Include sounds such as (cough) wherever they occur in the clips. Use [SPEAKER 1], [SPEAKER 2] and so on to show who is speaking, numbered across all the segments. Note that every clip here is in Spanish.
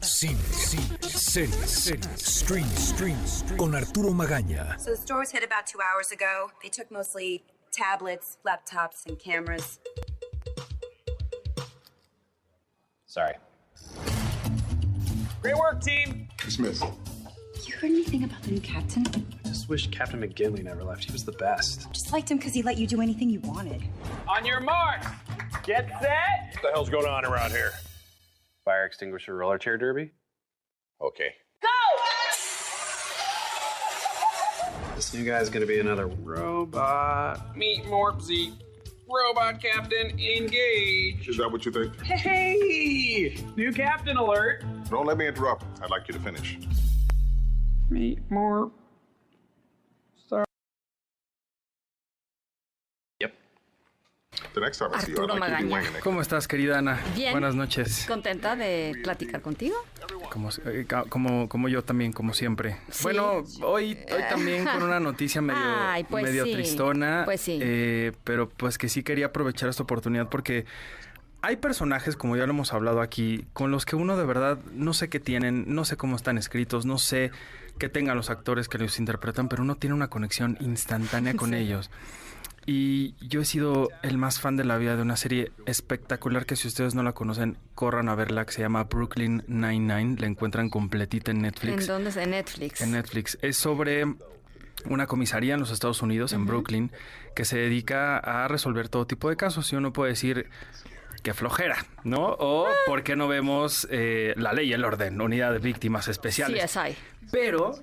[SPEAKER 1] Cine, cine, series, series, stream, stream, con Arturo Magaña.
[SPEAKER 2] So the store was hit about two hours ago. They took mostly tablets, laptops, and cameras.
[SPEAKER 3] Sorry. Great work, team.
[SPEAKER 4] Dismissed.
[SPEAKER 2] You heard anything about the new captain?
[SPEAKER 5] I just wish Captain McGinley never left. He was the best.
[SPEAKER 2] Just liked him because he let you do anything you wanted.
[SPEAKER 3] On your mark. Get set.
[SPEAKER 6] What the hell's going on around here?
[SPEAKER 5] Fire extinguisher roller chair derby?
[SPEAKER 6] Okay.
[SPEAKER 5] This new guy's gonna be another robot.
[SPEAKER 3] Meet Morpsey. Robot Captain, engage.
[SPEAKER 4] Is that what you think?
[SPEAKER 3] Hey! New Captain alert.
[SPEAKER 4] Don't let me interrupt. I'd like you to finish.
[SPEAKER 3] Meet Morp.
[SPEAKER 5] Yep.
[SPEAKER 4] The next time I see you, I'd
[SPEAKER 7] Arturo
[SPEAKER 4] like you to be
[SPEAKER 7] Magaña.
[SPEAKER 4] winging it.
[SPEAKER 8] ¿Cómo estás, querida Ana?
[SPEAKER 7] Bien.
[SPEAKER 8] Buenas noches.
[SPEAKER 7] ¿Contenta de platicar contigo?
[SPEAKER 8] Como, eh, ca- como, como yo también, como siempre. Bueno, hoy, hoy también con una noticia medio,
[SPEAKER 7] Ay, pues
[SPEAKER 8] medio
[SPEAKER 7] sí.
[SPEAKER 8] tristona.
[SPEAKER 7] Pues sí.
[SPEAKER 8] eh, pero pues que sí quería aprovechar esta oportunidad porque hay personajes, como ya lo hemos hablado aquí, con los que uno de verdad no sé qué tienen, no sé cómo están escritos, no sé qué tengan los actores que los interpretan, pero uno tiene una conexión instantánea con ellos. Y yo he sido el más fan de la vida de una serie espectacular que si ustedes no la conocen, corran a verla, que se llama Brooklyn Nine-Nine. La encuentran completita en Netflix.
[SPEAKER 7] ¿En dónde? está? En Netflix.
[SPEAKER 8] En Netflix. Es sobre una comisaría en los Estados Unidos, en Brooklyn, que se dedica a resolver todo tipo de casos. Y uno puede decir que flojera, ¿no? O por qué no vemos eh, la ley y el orden, unidad de víctimas especiales.
[SPEAKER 7] CSI.
[SPEAKER 8] Pero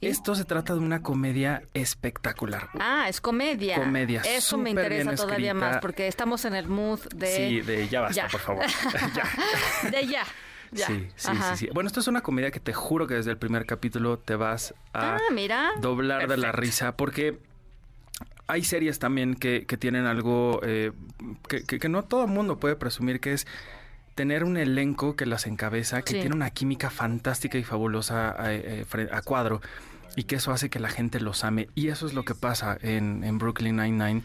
[SPEAKER 8] esto se trata de una comedia espectacular.
[SPEAKER 7] Ah, es comedia.
[SPEAKER 8] Comedia,
[SPEAKER 7] Eso me
[SPEAKER 8] súper
[SPEAKER 7] interesa
[SPEAKER 8] bien
[SPEAKER 7] todavía
[SPEAKER 8] escrita.
[SPEAKER 7] más porque estamos en el mood de.
[SPEAKER 8] Sí, de ya basta,
[SPEAKER 7] Ya.
[SPEAKER 8] por favor. (laughs)
[SPEAKER 7] (laughs)
[SPEAKER 8] ya.
[SPEAKER 7] De ya. ya.
[SPEAKER 8] Sí, sí,
[SPEAKER 7] Ajá.
[SPEAKER 8] sí, sí. Bueno, esto es una comedia que te juro que desde el primer capítulo te vas a
[SPEAKER 7] Ah, mira.
[SPEAKER 8] doblar de la
[SPEAKER 7] Perfecto.
[SPEAKER 8] risa porque hay series también que, que tienen algo eh, que, que- que no todo el mundo puede presumir que es tener un elenco que las encabeza, que
[SPEAKER 7] Sí.
[SPEAKER 8] tiene una química fantástica y fabulosa eh, eh, fre- a, cuadro y que eso hace que la gente los ame. Y eso es lo que pasa en, en Brooklyn Nine-Nine.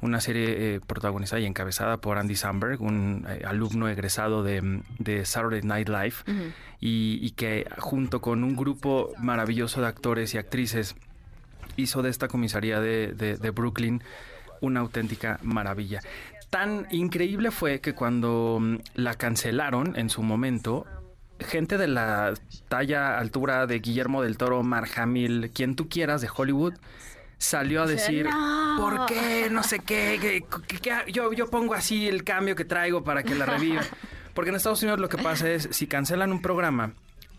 [SPEAKER 8] Una serie eh, protagonizada y encabezada por Andy Samberg, un eh, alumno egresado de, mm, de Saturday Night Live, y- y que junto con un grupo maravilloso de actores y actrices hizo de esta comisaría de, de- de Brooklyn una auténtica maravilla. Tan increíble fue que cuando mm, la cancelaron en su momento, gente de la talla, altura de Guillermo del Toro, Mark Hamill, quien tú quieras de Hollywood, salió a decir,
[SPEAKER 7] "No".
[SPEAKER 8] ¿por qué? No sé qué, que- que- que- yo, yo pongo así el cambio que traigo para que la reviva. Porque en Estados Unidos lo que pasa es, si cancelan un programa,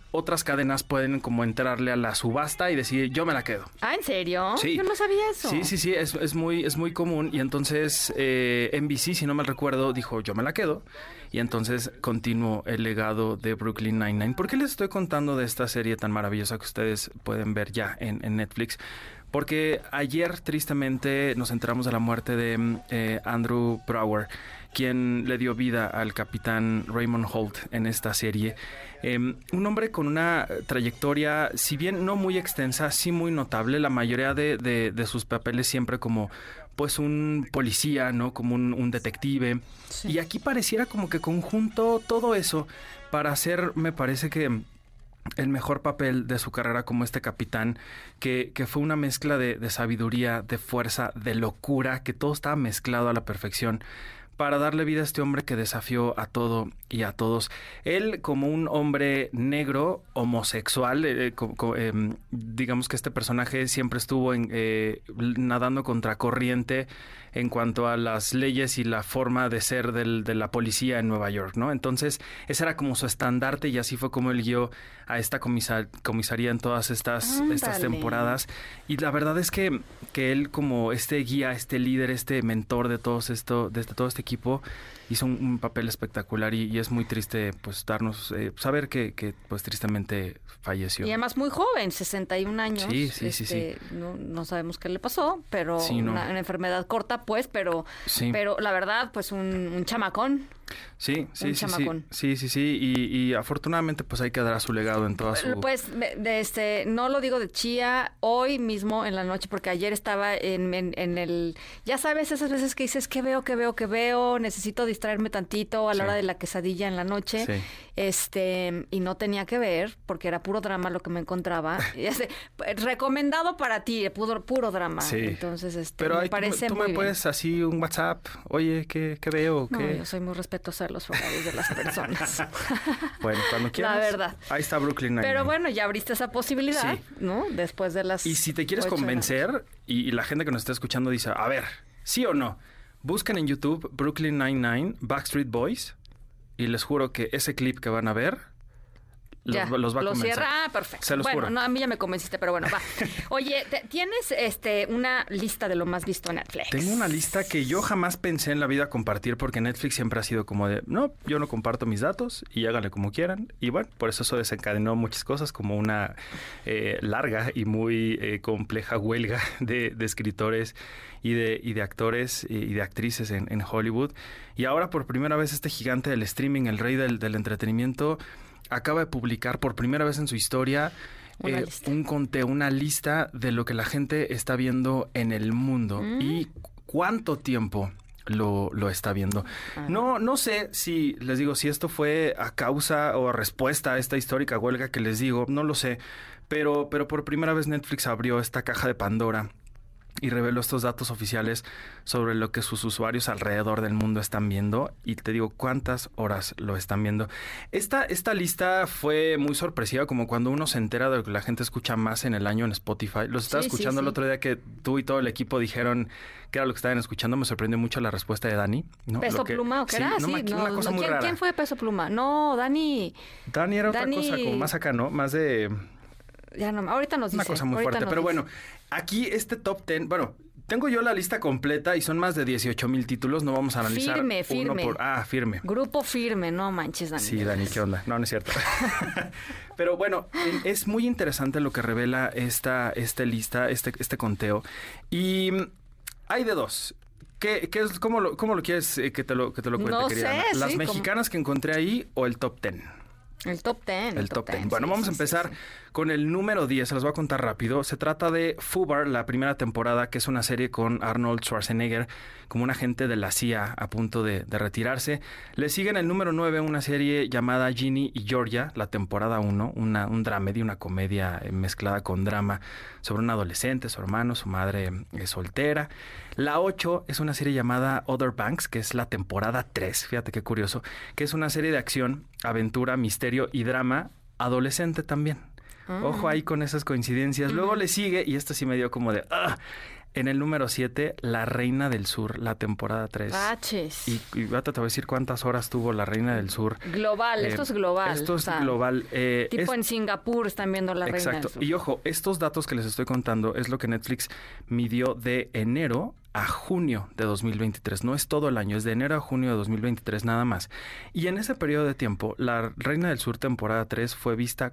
[SPEAKER 8] otras cadenas pueden como entrarle a la subasta y decir, yo me la quedo.
[SPEAKER 7] Ah, ¿en serio?
[SPEAKER 8] Sí.
[SPEAKER 7] Yo no sabía eso.
[SPEAKER 8] Sí, sí, sí, es, es muy, es muy común. Y entonces eh, NBC, si no mal recuerdo, dijo, yo me la quedo. Y entonces continuó el legado de Brooklyn Nine-Nine. ¿Por qué les estoy contando de esta serie tan maravillosa que ustedes pueden ver ya en, en Netflix? Porque ayer, tristemente, nos enteramos de la muerte de mm, eh, Andrew Brower, quien le dio vida al capitán Raymond Holt en esta serie. Eh, un hombre con una trayectoria, si bien no muy extensa, sí muy notable. La mayoría de, de- de sus papeles siempre como pues un policía, ¿no? Como un, un detective. Y aquí pareciera como que conjunto todo eso para hacer, me parece que el mejor papel de su carrera como este capitán, que, que fue una mezcla de, de sabiduría, de fuerza, de locura, que todo estaba mezclado a la perfección para darle vida a este hombre que desafió a todo y a todos. Él como un hombre negro, homosexual, eh, eh, co- co- em, digamos que este personaje siempre estuvo en, eh, nadando contracorriente en cuanto a las leyes y la forma de ser del- de la policía en Nueva York, ¿no? Entonces, ese era como su estandarte y así fue como él guió a esta comisa- comisaría en todas estas, estas
[SPEAKER 7] Ándale.
[SPEAKER 8] temporadas. Y la verdad es que, que él como este guía, este líder, este mentor de todos esto, de este- todo este equipo, hizo un, un papel espectacular y, y es muy triste pues darnos, eh, saber que, que, pues tristemente falleció.
[SPEAKER 7] Y además muy joven, 61 años.
[SPEAKER 8] Sí, sí, sí, sí.
[SPEAKER 7] Este, No, no sabemos qué le pasó, pero
[SPEAKER 8] Sí, no.
[SPEAKER 7] una, una enfermedad corta, pues, pero,
[SPEAKER 8] Sí.
[SPEAKER 7] pero la verdad, pues un, un chamacón.
[SPEAKER 8] Sí, sí,
[SPEAKER 7] Un
[SPEAKER 8] sí, sí,
[SPEAKER 7] chamacón.
[SPEAKER 8] sí, sí, sí, y, y afortunadamente pues hay que dar a su legado en toda su...
[SPEAKER 7] Pues, me- de este, no lo digo de chía, hoy mismo en la noche, porque ayer estaba en, en- en el... Ya sabes, esas veces que dices, que veo, que veo, que veo? Necesito distraerme tantito a la
[SPEAKER 8] Sí.
[SPEAKER 7] hora de la quesadilla en la noche.
[SPEAKER 8] Sí.
[SPEAKER 7] Este, y no tenía que ver, porque era puro drama lo que me
[SPEAKER 8] (laughs)
[SPEAKER 7] encontraba. Y este, recomendado para ti, eh, puro, puro drama.
[SPEAKER 8] Sí.
[SPEAKER 7] Entonces, este,
[SPEAKER 8] Pero
[SPEAKER 7] me
[SPEAKER 8] ahí tú-
[SPEAKER 7] parece
[SPEAKER 8] tú,
[SPEAKER 7] muy
[SPEAKER 8] me
[SPEAKER 7] bien.
[SPEAKER 8] puedes así un WhatsApp, oye, ¿qué, qué veo?
[SPEAKER 7] No,
[SPEAKER 8] ¿Qué?
[SPEAKER 7] yo soy muy respetuosa de los horarios de
[SPEAKER 8] (laughs)
[SPEAKER 7] las personas.
[SPEAKER 8] Bueno, cuando quieras.
[SPEAKER 7] La verdad.
[SPEAKER 8] Ahí está Brooklyn Nine-Nine.
[SPEAKER 7] Pero bueno, ya abriste esa posibilidad,
[SPEAKER 8] Sí.
[SPEAKER 7] ¿no? Después de las.
[SPEAKER 8] Y si te quieres
[SPEAKER 7] ocho de la
[SPEAKER 8] convencer y, y la gente que nos está escuchando dice, a ver, sí o no, busquen en YouTube Brooklyn Nine-Nine, Backstreet Boys y les juro que ese clip que van a ver los,
[SPEAKER 7] Ya,
[SPEAKER 8] los va a
[SPEAKER 7] lo
[SPEAKER 8] convencer.
[SPEAKER 7] cierra, ah, perfecto.
[SPEAKER 8] Se los
[SPEAKER 7] bueno,
[SPEAKER 8] juro.
[SPEAKER 7] no, a mí ya me convenciste, pero
[SPEAKER 8] (laughs)
[SPEAKER 7] bueno, va. Oye, te- ¿tienes este una lista de lo más visto en Netflix?
[SPEAKER 8] Tengo una lista que yo jamás pensé en la vida compartir porque Netflix siempre ha sido como de, no, yo no comparto mis datos y háganle como quieran. Y bueno, por eso eso desencadenó muchas cosas como una eh, larga y muy eh, compleja huelga de, de escritores y de, y de actores y y de actrices en, en Hollywood. Y ahora por primera vez este gigante del streaming, el rey del, del entretenimiento, acaba de publicar por primera vez en su historia
[SPEAKER 7] Una
[SPEAKER 8] eh,
[SPEAKER 7] lista.
[SPEAKER 8] un conteo, una lista de lo que la gente está viendo en el mundo y cu- cuánto tiempo lo, lo está viendo. No, no sé si les digo si esto fue a causa o a respuesta a esta histórica huelga que les digo, no lo sé. Pero, pero por primera vez Netflix abrió esta caja de Pandora y reveló estos datos oficiales sobre lo que sus usuarios alrededor del mundo están viendo y te digo cuántas horas lo están viendo. Esta, esta lista fue muy sorpresiva, como cuando uno se entera de lo que la gente escucha más en el año en Spotify. Los estaba
[SPEAKER 7] Sí, sí,
[SPEAKER 8] escuchando el
[SPEAKER 7] sí.
[SPEAKER 8] otro día que tú y todo el equipo dijeron que era lo que estaban escuchando. Me sorprendió mucho la respuesta de Dani. ¿no?
[SPEAKER 7] ¿Peso
[SPEAKER 8] Lo que-
[SPEAKER 7] pluma o qué
[SPEAKER 8] sí,
[SPEAKER 7] era?
[SPEAKER 8] no
[SPEAKER 7] sí,
[SPEAKER 8] ma-
[SPEAKER 7] no,
[SPEAKER 8] una cosa
[SPEAKER 7] no,
[SPEAKER 8] muy
[SPEAKER 7] ¿quién,
[SPEAKER 8] rara.
[SPEAKER 7] quién fue de peso pluma? No, Dani.
[SPEAKER 8] Dani era otra
[SPEAKER 7] Dani-
[SPEAKER 8] cosa, como más acá, ¿no? Más de...
[SPEAKER 7] Ya no, ahorita nos dice.
[SPEAKER 8] Una cosa muy
[SPEAKER 7] ahorita
[SPEAKER 8] fuerte.
[SPEAKER 7] nos
[SPEAKER 8] Pero
[SPEAKER 7] dice.
[SPEAKER 8] bueno, aquí este top 10, bueno, tengo yo la lista completa y son más de 18 mil títulos. No vamos a analizar.
[SPEAKER 7] Firme,
[SPEAKER 8] uno
[SPEAKER 7] firme.
[SPEAKER 8] por- ah, firme.
[SPEAKER 7] Grupo firme, no manches, Dani.
[SPEAKER 8] Sí, Dani, ¿qué onda? No, no
[SPEAKER 7] (laughs)
[SPEAKER 8] es cierto. Pero bueno, en- es muy interesante lo que revela esta, esta lista, este, este conteo. Y mm, hay de dos. ¿Qué, qué es, cómo, lo, ¿Cómo lo quieres eh, que te lo, que te lo cuente,
[SPEAKER 7] No
[SPEAKER 8] querida
[SPEAKER 7] sé,
[SPEAKER 8] Ana?
[SPEAKER 7] sí,
[SPEAKER 8] ¿Las
[SPEAKER 7] como-
[SPEAKER 8] mexicanas que encontré ahí o el top 10?
[SPEAKER 7] El top ten.
[SPEAKER 8] El, top 10.
[SPEAKER 7] ten,
[SPEAKER 8] Bueno,
[SPEAKER 7] sí,
[SPEAKER 8] vamos a
[SPEAKER 7] sí, sí,
[SPEAKER 8] empezar
[SPEAKER 7] sí.
[SPEAKER 8] con el número 10. Se los voy a contar rápido. Se trata de Fubar, la primera temporada, que es una serie con Arnold Schwarzenegger como un agente de la CIA a punto de, de retirarse. Le sigue en el número 9 una serie llamada Ginny y Georgia, la temporada 1, una, un dramedy, una comedia eh, mezclada con drama sobre un adolescente, su hermano, su madre es soltera. La 8 es una serie llamada Other Banks, que es la temporada 3, fíjate qué curioso, que es una serie de acción, aventura, misterio y drama adolescente también.
[SPEAKER 7] Ah.
[SPEAKER 8] Ojo ahí con esas coincidencias. Luego le sigue, y esto sí me dio como de... "Ah", En el número 7, La Reina del Sur, la temporada 3.
[SPEAKER 7] Ah, Baches.
[SPEAKER 8] Y, y ahorita te voy a decir cuántas horas tuvo La Reina del Sur.
[SPEAKER 7] Global,
[SPEAKER 8] Eh,
[SPEAKER 7] esto es global.
[SPEAKER 8] Esto
[SPEAKER 7] o
[SPEAKER 8] es
[SPEAKER 7] sea,
[SPEAKER 8] global. eh,
[SPEAKER 7] Tipo
[SPEAKER 8] es-
[SPEAKER 7] en Singapur están viendo la reina.
[SPEAKER 8] Exacto.
[SPEAKER 7] del Sur.
[SPEAKER 8] Y ojo, estos datos que les estoy contando es lo que Netflix midió de enero a junio de 2023. No es todo el año, es de enero a junio de 2023 nada más. Y en ese periodo de tiempo, La Reina del Sur temporada 3 fue vista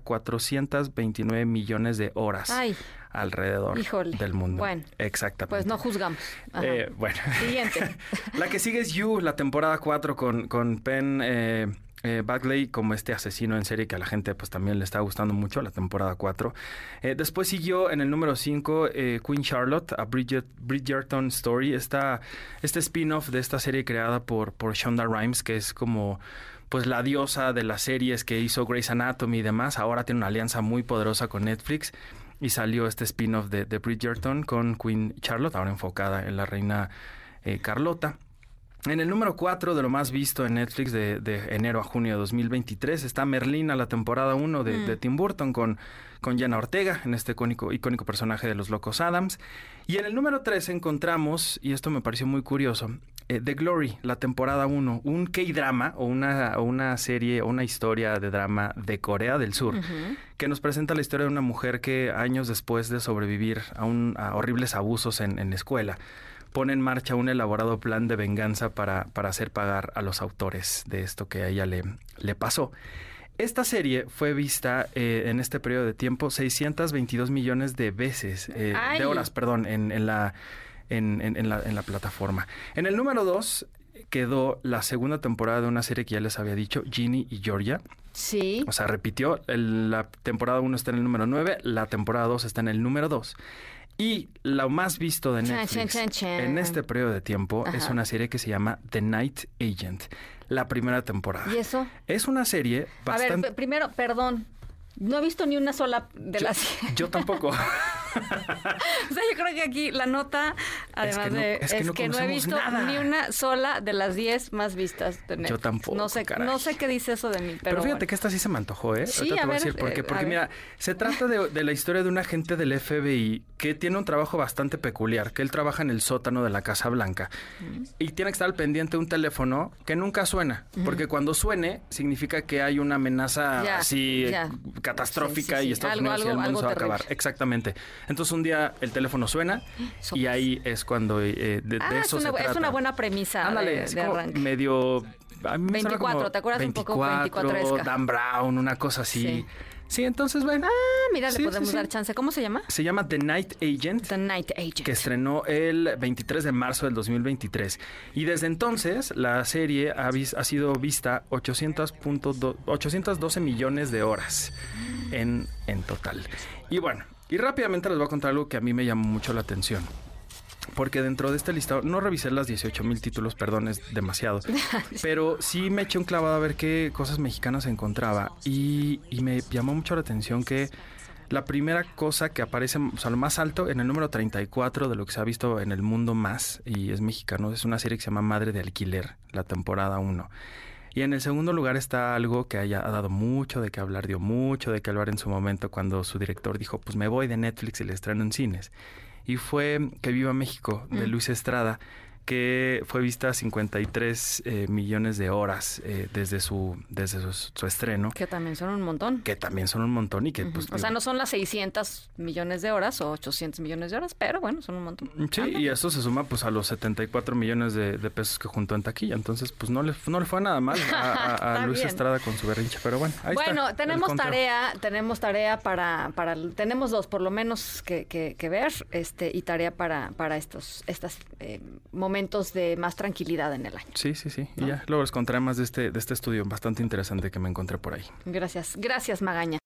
[SPEAKER 8] 429 millones de horas
[SPEAKER 7] Ay.
[SPEAKER 8] alrededor
[SPEAKER 7] Híjole.
[SPEAKER 8] del mundo.
[SPEAKER 7] Bueno.
[SPEAKER 8] exactamente.
[SPEAKER 7] Pues no juzgamos. Ajá.
[SPEAKER 8] Eh, bueno. (laughs)
[SPEAKER 7] Siguiente.
[SPEAKER 8] la que sigue es You, la temporada 4 con, con Penn eh, eh, Bagley como este asesino en serie que a la gente pues también le está gustando mucho, la temporada 4. Eh, después siguió en el número 5 eh, Queen Charlotte, a Bridget, Bridgerton Story, esta, este spin-off de esta serie creada por, por Shonda Rhimes que es como pues la diosa de las series que hizo Grey's Anatomy y demás, ahora tiene una alianza muy poderosa con Netflix y salió este spin-off de, de Bridgerton con Queen Charlotte, ahora enfocada en la reina eh, Carlota. En el número 4 de lo más visto en Netflix de, de enero a junio de 2023 está Merlina, la temporada 1 de, de Tim Burton con, con Jenna Ortega, en este icónico, icónico personaje de Los Locos Adams. Y en el número 3 encontramos, y esto me pareció muy curioso, eh, The Glory, la temporada 1, un K-drama o una, o una serie o una historia de drama de Corea del Sur que nos presenta la historia de una mujer que años después de sobrevivir a, un, a horribles abusos en, en la escuela, pone en marcha un elaborado plan de venganza para, para hacer pagar a los autores de esto que a ella le, le pasó. Esta serie fue vista eh, en este periodo de tiempo 622 millones de veces, eh,
[SPEAKER 7] Ay.
[SPEAKER 8] de horas, perdón, en, en la, en, en- en la, en la plataforma. En el número 2 quedó la segunda temporada de una serie que ya les había dicho, Ginny y Georgia.
[SPEAKER 7] Sí.
[SPEAKER 8] O sea, repitió, el- la temporada 1 está en el número 9, la temporada 2 está en el número 2. Y lo más visto de
[SPEAKER 7] Chan,
[SPEAKER 8] Netflix
[SPEAKER 7] chan, chan, chan.
[SPEAKER 8] en este periodo de tiempo es
[SPEAKER 7] Ajá.
[SPEAKER 8] una serie que se llama The Night Agent, la primera temporada.
[SPEAKER 7] ¿Y eso?
[SPEAKER 8] Es una serie
[SPEAKER 7] A ver,
[SPEAKER 8] bastante...
[SPEAKER 7] pe- primero, perdón. No he visto ni una sola de las...
[SPEAKER 8] Yo tampoco.
[SPEAKER 7] (laughs) O sea, yo creo que aquí la nota, además
[SPEAKER 8] no-
[SPEAKER 7] de...
[SPEAKER 8] es que no
[SPEAKER 7] he
[SPEAKER 8] conocemos
[SPEAKER 7] visto
[SPEAKER 8] nada.
[SPEAKER 7] ni una sola de las 10 más vistas de Netflix.
[SPEAKER 8] tampoco,
[SPEAKER 7] No sé,
[SPEAKER 8] caray.
[SPEAKER 7] no sé qué dice eso de mí, pero,
[SPEAKER 8] Pero, fíjate
[SPEAKER 7] bueno.
[SPEAKER 8] que esta sí se me antojó, ¿eh?
[SPEAKER 7] Sí,
[SPEAKER 8] Ahorita te
[SPEAKER 7] a
[SPEAKER 8] voy a
[SPEAKER 7] ver,
[SPEAKER 8] decir por qué.
[SPEAKER 7] eh, a
[SPEAKER 8] Porque
[SPEAKER 7] ver.
[SPEAKER 8] mira, se trata de, de la historia de un agente del FBI que tiene un trabajo bastante peculiar, que él trabaja en el sótano de la Casa Blanca y tiene que estar al pendiente de un teléfono que nunca suena, porque cuando suene significa que hay una amenaza
[SPEAKER 7] Ya,
[SPEAKER 8] así eh,
[SPEAKER 7] ya.
[SPEAKER 8] catastrófica
[SPEAKER 7] Sí, sí, sí.
[SPEAKER 8] y Estados
[SPEAKER 7] Algo-
[SPEAKER 8] Unidos y el
[SPEAKER 7] algo-
[SPEAKER 8] mundo
[SPEAKER 7] algo
[SPEAKER 8] se va a acabar.
[SPEAKER 7] terrible.
[SPEAKER 8] Exactamente. Entonces un día el teléfono
[SPEAKER 7] (gasps)
[SPEAKER 8] suena y
[SPEAKER 7] Sopas.
[SPEAKER 8] ahí es cuando eh, de, de
[SPEAKER 7] Ah, es
[SPEAKER 8] eso
[SPEAKER 7] una,
[SPEAKER 8] se
[SPEAKER 7] bu- es
[SPEAKER 8] trata.
[SPEAKER 7] una buena premisa
[SPEAKER 8] Ándale,
[SPEAKER 7] de,
[SPEAKER 8] es
[SPEAKER 7] de
[SPEAKER 8] como
[SPEAKER 7] arranque.
[SPEAKER 8] medio... a mí me suena
[SPEAKER 7] 24,
[SPEAKER 8] como
[SPEAKER 7] ¿te acuerdas un poco 24esca?
[SPEAKER 8] Dan Brown, una cosa así. Sí,
[SPEAKER 7] Sí.
[SPEAKER 8] entonces, bueno.
[SPEAKER 7] Ah, mira, le
[SPEAKER 8] Sí, sí,
[SPEAKER 7] podemos
[SPEAKER 8] sí.
[SPEAKER 7] dar chance. ¿Cómo se llama?
[SPEAKER 8] Se llama The Night Agent,
[SPEAKER 7] The Night Agent.
[SPEAKER 8] que estrenó el 23 de marzo del 2023. Y desde entonces, la serie ha, vis- ha sido vista 800.2 812 millones de horas en, en total. Y bueno, y rápidamente les voy a contar algo que a mí me llamó mucho la atención. Porque dentro de este listado, no revisé las 18 mil títulos, perdón, es demasiado. Pero sí me eché un clavado a ver qué cosas mexicanas encontraba. Y, y me llamó mucho la atención que la primera cosa que aparece, o sea, lo más alto, en el número 34 de lo que se ha visto en el mundo más, y es mexicano, es una serie que se llama Madre de Alquiler, la temporada 1. Y en el segundo lugar está algo que haya ha dado mucho de qué hablar, dio mucho de qué hablar en su momento cuando su director dijo, pues me voy de Netflix y le estreno en cines. Y fue Que Viva México,
[SPEAKER 7] Mm.
[SPEAKER 8] de Luis Estrada, que fue vista 53 eh, millones de horas eh, desde, su, desde su, su estreno,
[SPEAKER 7] Que también son un montón.
[SPEAKER 8] que también son un montón y que pues...
[SPEAKER 7] o sea,
[SPEAKER 8] digo,
[SPEAKER 7] no son las 600 millones de horas o 800 millones de horas, pero bueno, son un montón.
[SPEAKER 8] mm, Sí, y eso se suma pues a los 74 millones de, de pesos que juntó en taquilla. Entonces, pues no le, no le fue nada mal a, a-
[SPEAKER 7] (laughs)
[SPEAKER 8] a
[SPEAKER 7] Está
[SPEAKER 8] Luis
[SPEAKER 7] bien.
[SPEAKER 8] Estrada con su berrinche. Pero bueno, ahí está.
[SPEAKER 7] bueno,
[SPEAKER 8] el
[SPEAKER 7] tenemos
[SPEAKER 8] conteo.
[SPEAKER 7] tarea, tenemos tarea para, para, tenemos dos por lo menos que, que- que ver, este, y tarea para, para estos, estas eh, momentos de más tranquilidad en el año.
[SPEAKER 8] Sí, sí, sí. Y ya luego les contaré más de este, de este estudio bastante interesante que me encontré por ahí.
[SPEAKER 7] Gracias, gracias Magaña.